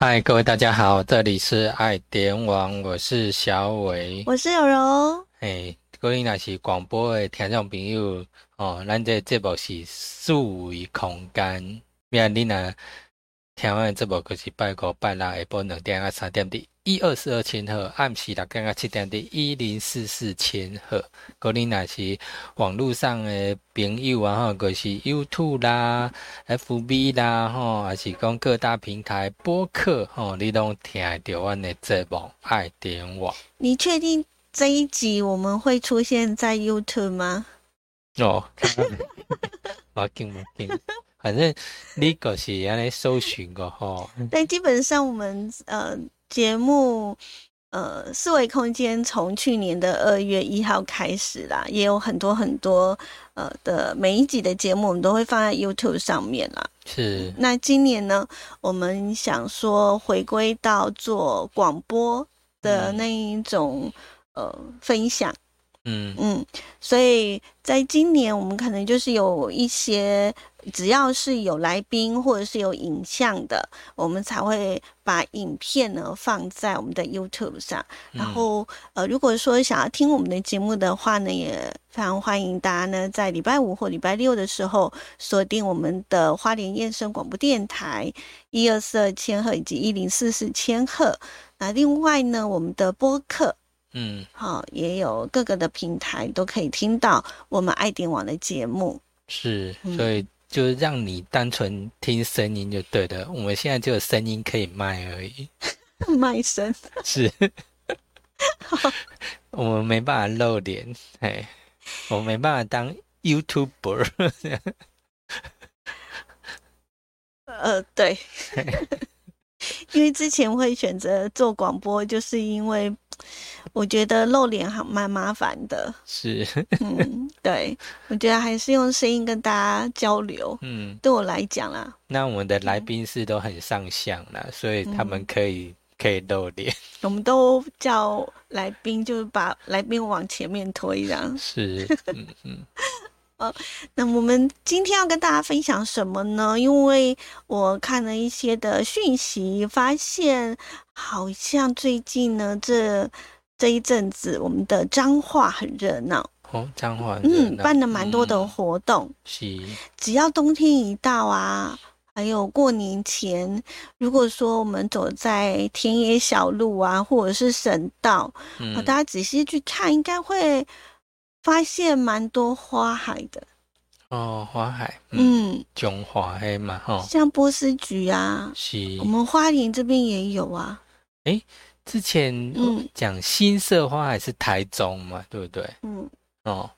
嗨，各位大家好，这里是爱点网，我是小伟。我是有柔，嘿，各位若是广播的听众朋友，哦，咱这节目是四维空间，明仔你若听完这节目，就是拜五、拜六下晡两点到三点的一二四二千赫，暗时六点到七点的一零四四千赫。各位若是网络上的朋友啊，吼，就是 YouTube 啦、FB 啦，吼，还是讲各大平台播客，吼，你拢听得到阮的节目爱点网。你确定这一集我们会出现在 YouTube 吗？哦， 无紧无紧，反正你就是安尼搜寻个吼，但基本上我们呃节目呃四维空间从去年的二月一号开始啦，也有很多很多呃的每一集的节目我们都会放在 YouTube 上面啦。是那今年呢，我们想说回归到做广播的嗯那一种、呃分享。嗯嗯，所以在今年我们可能就是有一些，只要是有来宾或者是有影像的，我们才会把影片呢放在我们的 YouTube 上。然后呃，如果说想要听我们的节目的话呢，也非常欢迎大家呢在礼拜五或礼拜六的时候锁定我们的花莲燕声广播电台一二四二千赫以及一零四四千赫。那另外呢，我们的播客。嗯好、也有各个的平台都可以听到我们爱点网的节目。 是，嗯所以就让你单纯听声音就对了。我们现在就有声音可以卖而已，卖身，是，我们没办法露脸，哎，我没办法当 YouTuber，呃，对， 因为之前会选择做广播，就是因为我觉得露脸还蛮麻烦的。是，嗯，对，我觉得还是用声音跟大家交流，嗯，对我来讲啦，那我们的来宾是都很上相啦，所以他们可以可以露脸，我们都叫来宾，就是把来宾往前面推这样。是，嗯嗯那我们今天要跟大家分享什么呢？因为我看了一些的讯息，发现好像最近呢，这这一阵子我们的彰化很热闹，哦，彰化很热嗯，闹办了蛮多的嗯活动。是，只要冬天一到啊，还有过年前，如果说我们走在田野小路啊，或者是省道，嗯，啊大家仔细去看，应该会发现蛮多花海的。哦，花海，嗯，嗯。中华黑嘛，吼，像波斯菊啊，哦是我。们花莲这边也有啊。之前嗯讲新社花海是台中嘛，对不对？嗯，哦，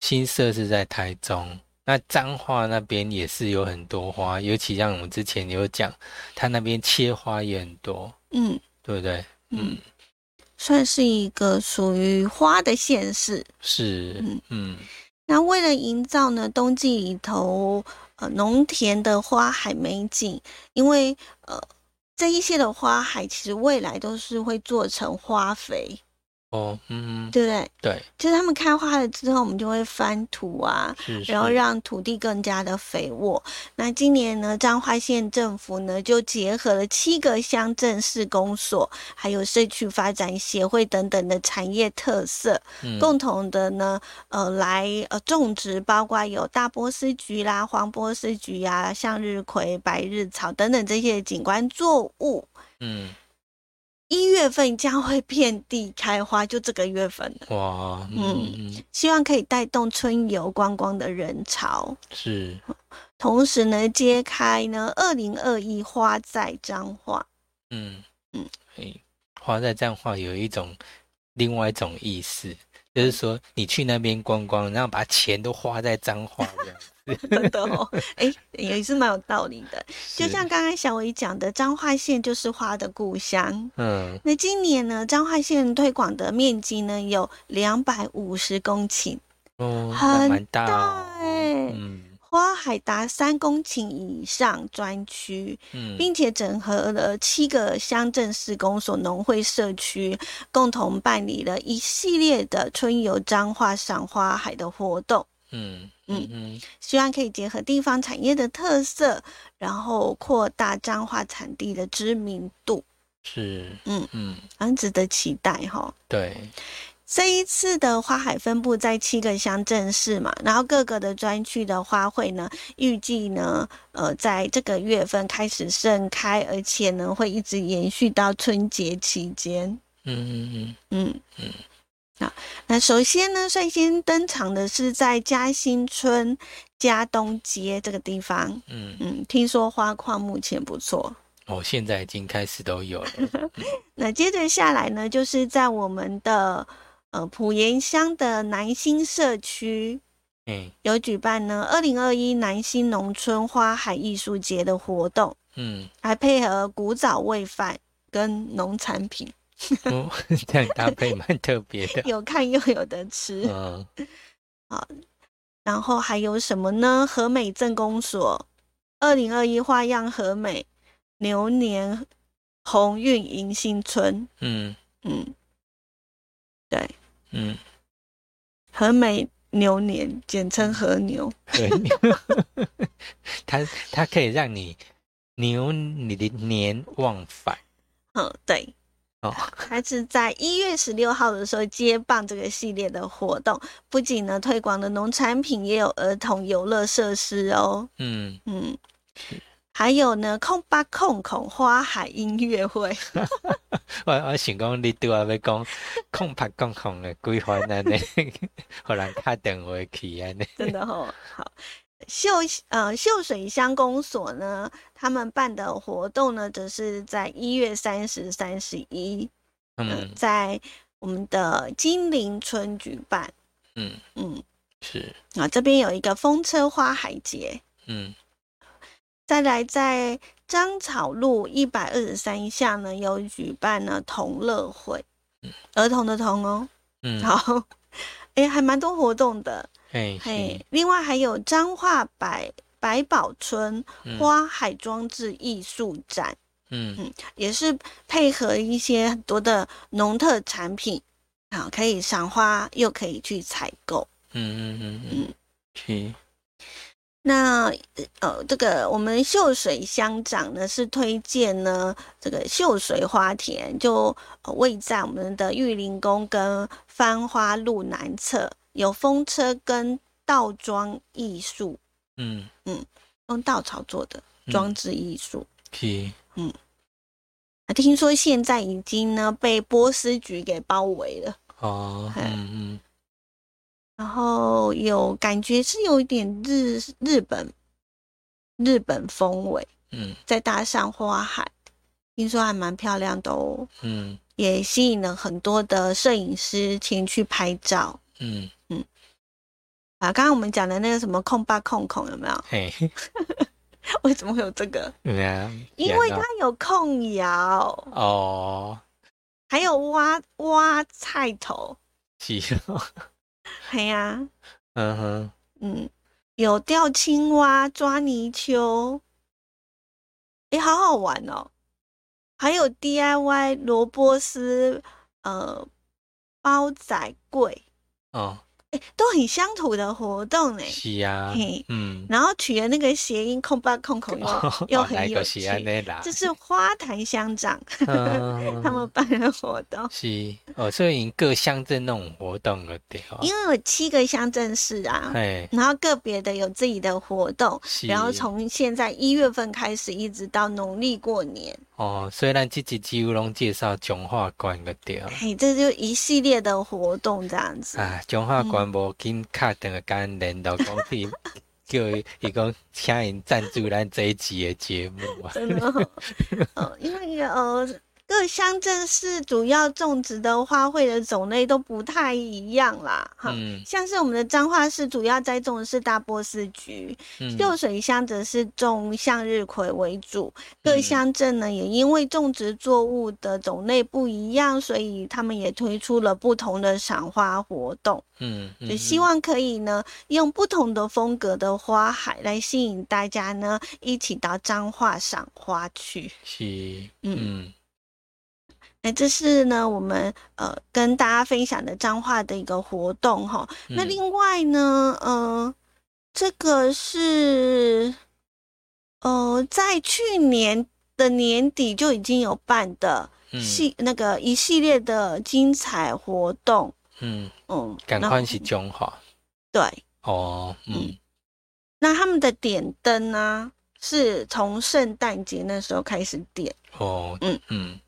新社是在台中，那彰化那边也是有很多花，尤其像我们之前有讲，它那边切花也很多，嗯对不对？嗯嗯，算是一个属于花的县市。是，嗯嗯那为了营造呢冬季里头呃农田的花海美景，因为呃这一些的花海其实未来都是会做成花肥，哦，嗯，对不对？对，就是他们开花了之后，我们就会翻土啊，是，然后是让土地更加的肥沃。那今年呢，彰化县政府呢就结合了七个乡镇市公所，还有社区发展协会等等的产业特色，嗯共同的呢，呃，来呃种植，包括有大波斯菊啦、黄波斯菊呀、向日葵、白日草等等这些景观作物。嗯，一月份将会遍地开花，就这个月份了，哇，嗯嗯希望可以带动春游观光的人潮。是，同时呢，揭开呢二零二一花在彰化。 嗯嗯，诶，花在彰化有一种另外一种意思，就是说你去那边观光，然后把钱都花在彰化这样，真的哦，哎、也是蛮有道理的。 就是像刚刚小伟讲的，彰化县就是花的故乡。嗯那今年呢，彰化县推广的面积呢有两百五十公顷，哦，那很蛮大哦大，欸嗯花海达三公顷以上专区，嗯，并且整合了七个乡镇市公所、农会社区，共同办理了一系列的春游彰化赏花海的活动。嗯嗯嗯希望可以结合地方产业的特色，然后扩大彰化产地的知名度，是嗯嗯很值得期待哈、对这一次的花海分布在七个乡镇市嘛，然后各个的专区的花卉呢，预计呢，呃，在这个月份开始盛开，而且呢，会一直延续到春节期间。嗯嗯嗯嗯，好，那首先呢，率先登场的是在嘉兴村嘉东街这个地方。嗯嗯嗯，听说花况目前不错。哦，现在已经开始都有了 那接着下来呢，就是在我们的呃普盐乡的南兴社区，嗯有举办呢二零二一南兴农村花海艺术节的活动，嗯还配合古早味饭跟农产品，哦， 这样搭配蛮特别 的有看又有的吃。嗯 然后还有什么呢？和美镇公所二零二一花样和美牛年鸿运迎新春，嗯嗯，嗯，和美牛年简称和牛， 对，它它可以让你牛你的年忘返嗯，对，哦，它是在一月十六号的时候接棒这个系列的活动，不仅呢推广了农产品，也有儿童游乐设施哦。嗯嗯，还有呢，空巴空孔花海音乐 会，我我想讲，你对我要讲，空拍空空的规划安尼， 互人敲电话去啊安尼。真的哦，好。秀呃秀水乡公所呢，他们办的活动呢，则是在一月三十、三十一，嗯，嗯在我们的金陵村举办。嗯，嗯，是，啊，这边有一个风车花海节，嗯再来，在张草路一百二十三巷呢，有举办了同乐会，儿童的童哦。嗯，，好， 哎、还蛮多活动的。嘿，嘿是，，另外还有彰化百百宝村嗯花海装置艺术展，嗯也是配合一些很多的农特产品，好，可以赏花，又可以去采购。嗯嗯嗯嗯，是，那呃，这个我们秀水乡长呢是推荐呢这个秀水花田，就、呃位在我们的玉林宫跟番花路南侧，有风车跟倒装艺术，嗯用稻草做的嗯装置艺术。是，啊听说现在已经呢被波斯菊给包围了，哦，嘿嗯嗯然后有感觉是有一点日日本日本风味。嗯再搭上花海，听说还蛮漂亮的哦，嗯也吸引了很多的摄影师前去拍照嗯，啊。刚刚我们讲的那个什么控吧控孔有没有？ 嘿， 为什么会有这个？对啊，因为然它后有控窑，哦，还有挖挖菜头，是， 嘿呀、嗯哼，嗯，有钓青蛙、抓泥鳅，诶，好好玩哦。还有 DIY 萝卜丝，呃，包仔柜。哦，欸都很乡土的活动呢。是啊嘿，嗯，然后取的那个谐音“空吧 空口”又又哦来很有就是趣，安尼啦，这是花坛乡长嗯 他们办的活动， 是哦，所以各乡镇那种活动了对哦，因为有七个乡镇市啊，嘿，然后个别的有自己的活动，是，然后从现在一月份开始，一直到农历过年，哦，所以咱这集几乎拢介绍中华关个对 了嘿，这就一系列的活动这样子。啊，中华嗯关无紧敲电话甲咱联络讲 去叫伊伊讲请因赞助咱这一集的节 目啊，真的 哦、呃，因为呃，各乡镇市主要种植的花卉的种类都不太一样啦，哈。嗯像是我们的彰化市主要栽种的是大波斯菊，嗯秀水乡则是种向日葵为主。各嗯乡镇呢，也因为种植作物的种类不一样，所以他们也推出了不同的赏花活动，嗯就嗯，希望可以呢，用不同的风格的花海来吸引大家呢，一起到彰化赏花去。是嗯嗯那这是呢，我们呃跟大家分享的彰化的一个活动哈。那嗯另外呢，呃，这个是，呃，在去年的年底就已经有办的嗯系、那个一系列的精彩活动，嗯，嗯，赶然快后是中华对，哦，嗯那他们的点灯呢、是从圣诞节那时候开始点。哦，嗯嗯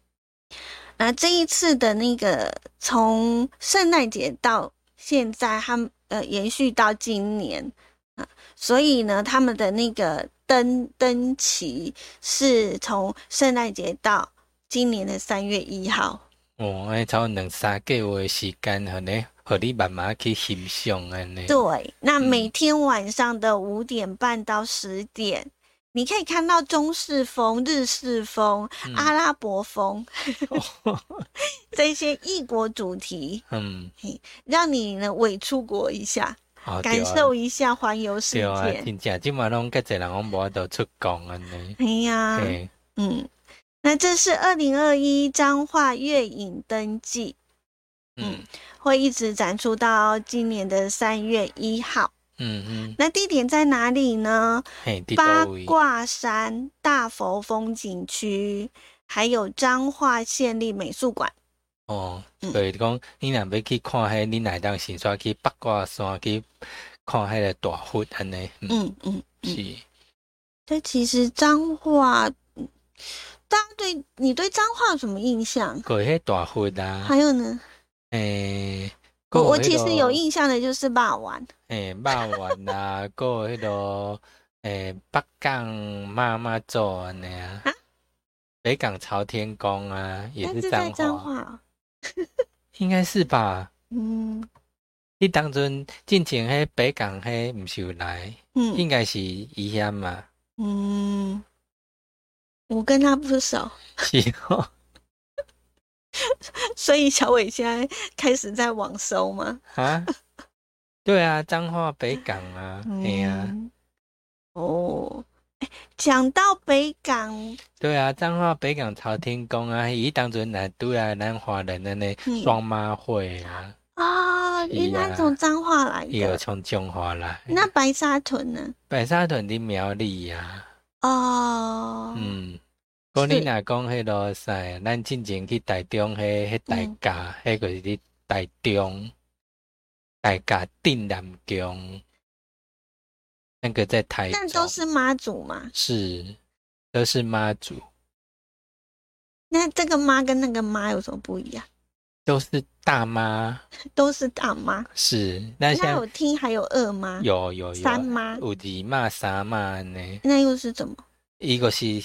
那这一次的那个从圣诞节到现在，他们呃延续到今年啊、所以呢，他们的那个灯灯旗是从圣诞节到今年的三月一号。哦，安差不多两三个月的时间，互你互你慢慢去欣赏安尼。对，那每天晚上的五点半到十点。你可以看到中式风、日式风、嗯阿拉伯风、 这些异国主题，嗯，让你呢伪出国一下。哦，对感啊受一下环游世对啊，界。真正即嘛拢较侪人拢无法度出国安尼。哎呀，嘿，嗯，那这是二零二一彰化月影灯记，嗯会一直展出到今年的三月一号。嗯嗯，那地点在哪里呢？嘿，伫八倒位？卦山大佛风景区，还有彰化县立美术馆。哦，嗯就是讲你若要去看迄，你乃当先煞去八卦山去看迄个大佛安尼。嗯，嗯嗯，是，这其实彰化，嗯大家对你对彰化有什么印象？过迄大佛啊还，有呢，诶，还我有我迄其实有个印象的就是霸王。诶，肉丸 啦，个迄个诶，北港妈妈做安尼啊啊，北港朝天宫啊，也但是在彰彰化，化哦，应该是吧？嗯你当阵进前迄北港迄毋是有来，嗯应该是伊遐嘛，嗯，我跟他不熟，是哦，所以小伟现在开始在网搜嘛。啊，对啊，彰化北港啊，哎呀，嗯，哦，哎讲到北港，对啊，彰化北港朝天宫啊，伊当阵来拄啊，咱华人安尼嗯双妈会啊，啊，原来呀从彰化来伊有的。从中华来。那白沙屯呢？白沙屯的苗栗啊，哦，嗯，讲你若讲迄落西，咱进前去台中迄迄大嗯架，迄个是伫台中，大架定南宫，那个在台中但都是妈祖嘛。是都是妈祖，那这个妈跟那个妈有什么不一样？都是大妈都是大妈。是，那那像我听还有二妈、有有有三妈，有二妈三妈呢，那又是怎么？伊个是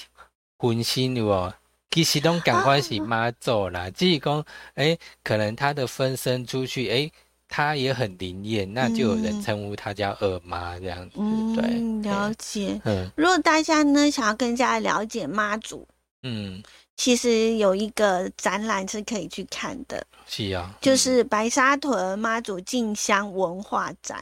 荤腥有哦，其实拢感官是妈祖啦，只是讲，诶，可能他的分身出去，诶，他也很灵验，那就有人嗯称呼他叫二妈这样子，对，嗯，了解。嗯如果大家呢想要更加了解妈祖，嗯，其实有一个展览是可以去看的，是啊，就是白沙屯妈祖进香文化展。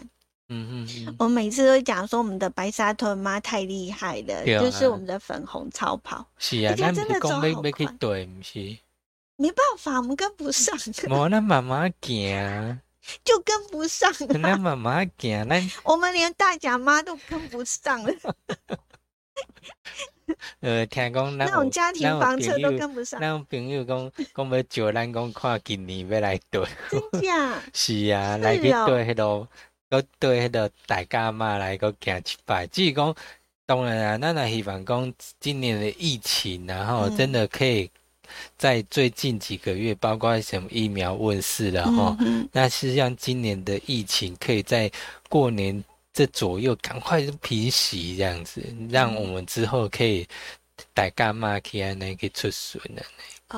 嗯，嗯嗯嗯，我每次都会讲说，我们的白沙屯妈太厉害了，对啊就是我们的粉红超跑，是啊而，且咱真毋的是走讲要要好去快对，毋是，没办法，我们跟不上， 无咱慢慢行，就跟不上了，咱慢慢行，咱我们连大甲妈都跟不上了，呃，听讲咱那种有家庭咱有房车朋都友跟不上咱，有朋友讲讲要招咱讲看今年要来对。真假？是啊，来去哦对迄落，搁对迄落大家嘛来搁行一摆，只是讲当然啊，咱也希望讲今年的疫情、啊，然后嗯真的可以在最近几个月，包括什么疫苗问世了哈、嗯那是让今年的疫情可以在过年这左右赶快平息，这样子，嗯让我们之后可以大家嘛去安尼去出巡啊。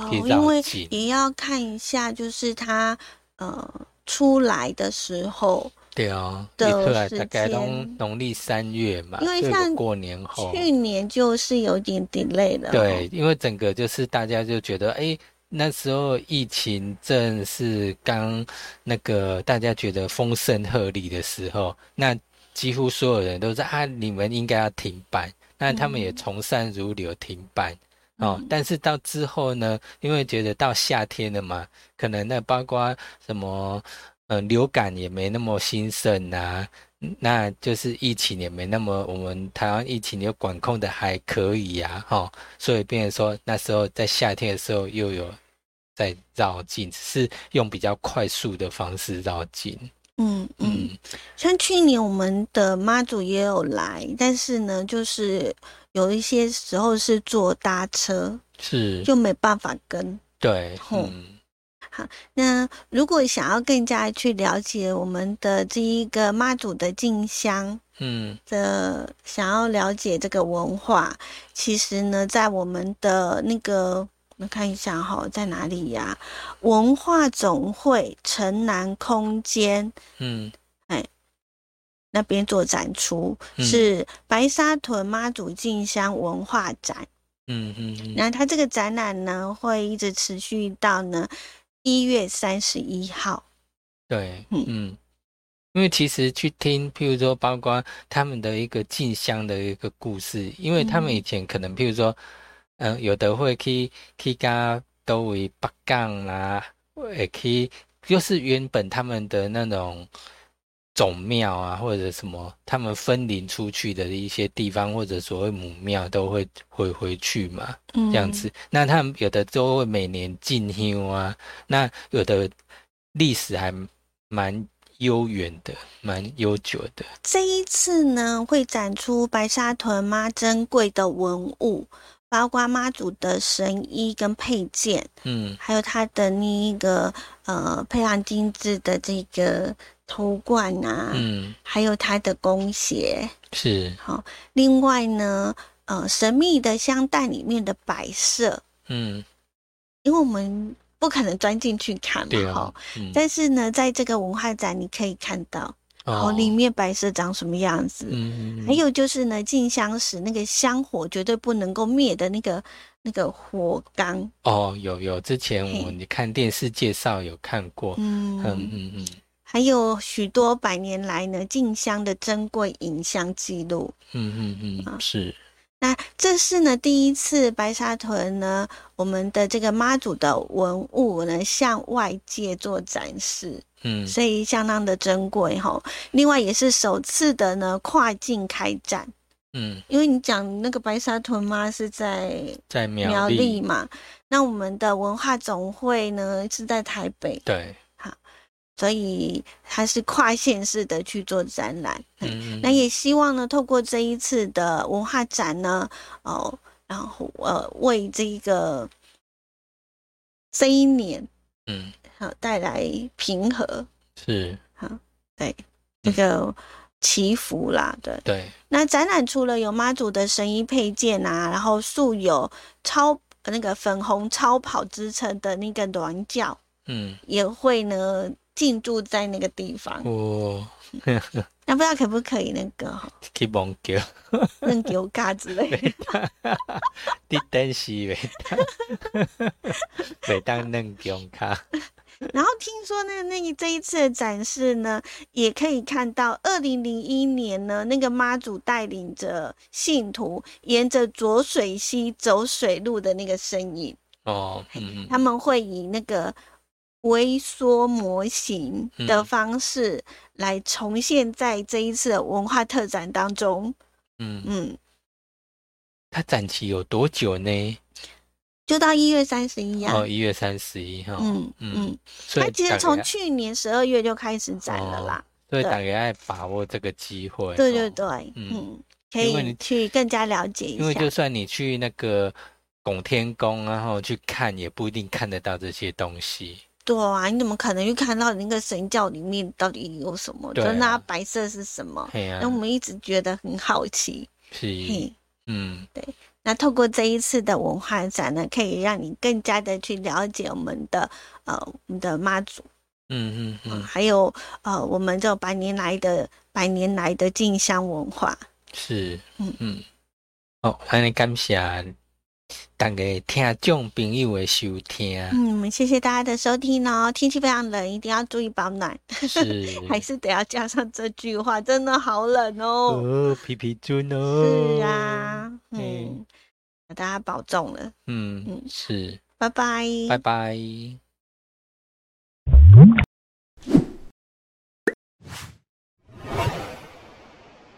哦，可以因绕为境也要看一下，就是它呃出来的时候，对哦，的一出来时大概间农农历三月嘛，因为所以像过年后，去年就是有点 delay 了哦哦。对，因为整个就是大家就觉得，哎，那时候疫情正是刚那个大家觉得风声鹤唳的时候，那几乎所有人都说啊，你们应该要停办，那他们也嗯从善如流停办。哦嗯，但是到之后呢，因为觉得到夏天了嘛，可能那包括什么，呃，流感也没那么兴盛啊，那就是疫情也没那么，我们台湾疫情又管控的还可以呀、哈、所以变成说那时候在夏天的时候又有在绕境，只是用比较快速的方式绕境。嗯嗯，嗯，像去年我们的妈祖也有来，但是呢，就是有一些时候是坐搭车，是，就没办法跟。对，吼嗯，那如果想要更加去了解我们的这一个妈祖的进香嗯，的，想要了解这个文化，其实呢，在我们的那个。我看一下哈，在哪里呀、文化总会城南空间嗯，那边做展出，嗯是白沙屯妈祖进香文化展。嗯，嗯，嗯那它这个展览呢，会一直持续到呢一月三十一号。对，嗯嗯，因为其实去听，譬如说，包括他们的一个进香的一个故事，因为他们嗯以前可能，譬如说，嗯、有的会去去加都为北港啦，也去，就是原本他们的那种总庙啊，或者什么，他们分灵出去的一些地方，或者所谓母庙，都会会回去嘛。嗯这样子。那他们有的都会每年进修啊，那有的历史还蛮悠远的，蛮悠久的。这一次呢，会展出白沙屯妈珍贵的文物，包括妈祖的神衣跟配件，嗯还有它的那个呃配上精致的这个头冠啊，嗯，还有它的弓鞋。是，另外呢，呃，神秘的香袋里面的摆设，嗯，因为我们不可能钻进去看对嘛，啊哈、，嗯，但是呢，在这个文化展你可以看到，哦，哦里，面摆设长什么样子。嗯，还有就是呢，进香时那个香火绝对不能够灭的那个那个火缸，哦，有有，之前我嘿们看电视介绍有看过，嗯，嗯嗯嗯还有许多百年来呢进香的珍贵影像记录。嗯嗯嗯，是，那这是呢第一次白沙屯呢，我们的这个妈祖的文物呢向外界做展示，嗯所以相当的珍贵哈、另外也是首次的呢跨境开展，嗯，因为你讲那个白沙屯妈是在在苗苗栗栗，嘛，那我们的文化总会呢是在台北，对，所以它是跨县市的去做展览。嗯，嗯那也希望呢，透过这一次的文化展呢，哦，然后呃，为这个这一年嗯好、呃带来平和，是，对这个祈福啦，对。对，那展览除了有妈祖的神衣配件啊，然后素有超呃那个粉红超跑之称的那个鸾教，嗯，也会呢进驻在那个地哦方。我那不知道可不可以那个 哈去蒙叫。扔油嘎之类的。你等是袂当，袂当弄姜卡。然后听说那那一这一次的展示呢，也可以看到，二零零一年呢，那个妈祖带领着信徒沿着浊水溪走水路的那个身影，哦，嗯他们会以那个微缩模型的方式来重现在这一次的文化特展当中。嗯嗯，嗯，它展期有多久呢？就到一月三十一啊哦，。一月三十一号。嗯嗯嗯，，所它以其大实家从去年十二月就开始展哦了啦。所以对大家要把握这个机会。对对哦对，嗯嗯，可因为以你去更加了解一因为下。就算你去那个拱天宫，然后去看，也不一定看得到这些东西。对啊，你怎么可能去看到你那个神教里面到底有什么？对啊嗯就那白色是什么？嘿呀那，我们一直觉得很好奇。是，嘿，嗯那透过这一次的文化展呢，可以让你更加的去了解我们的呃我们的妈祖，啊嗯嗯嗯，还有呃我们这百年来的百年来的进香文化。是，嗯嗯，好，安尼感谢大家听众朋友的收听。嗯，我们谢谢大家的收听哦。天气非常冷，一定要注意保暖。是， 还是得要加上这句话，真的好冷哦。哦，皮皮猪呢？是啊，嘿嗯，大家保重了，嗯，嗯是，拜拜，拜拜。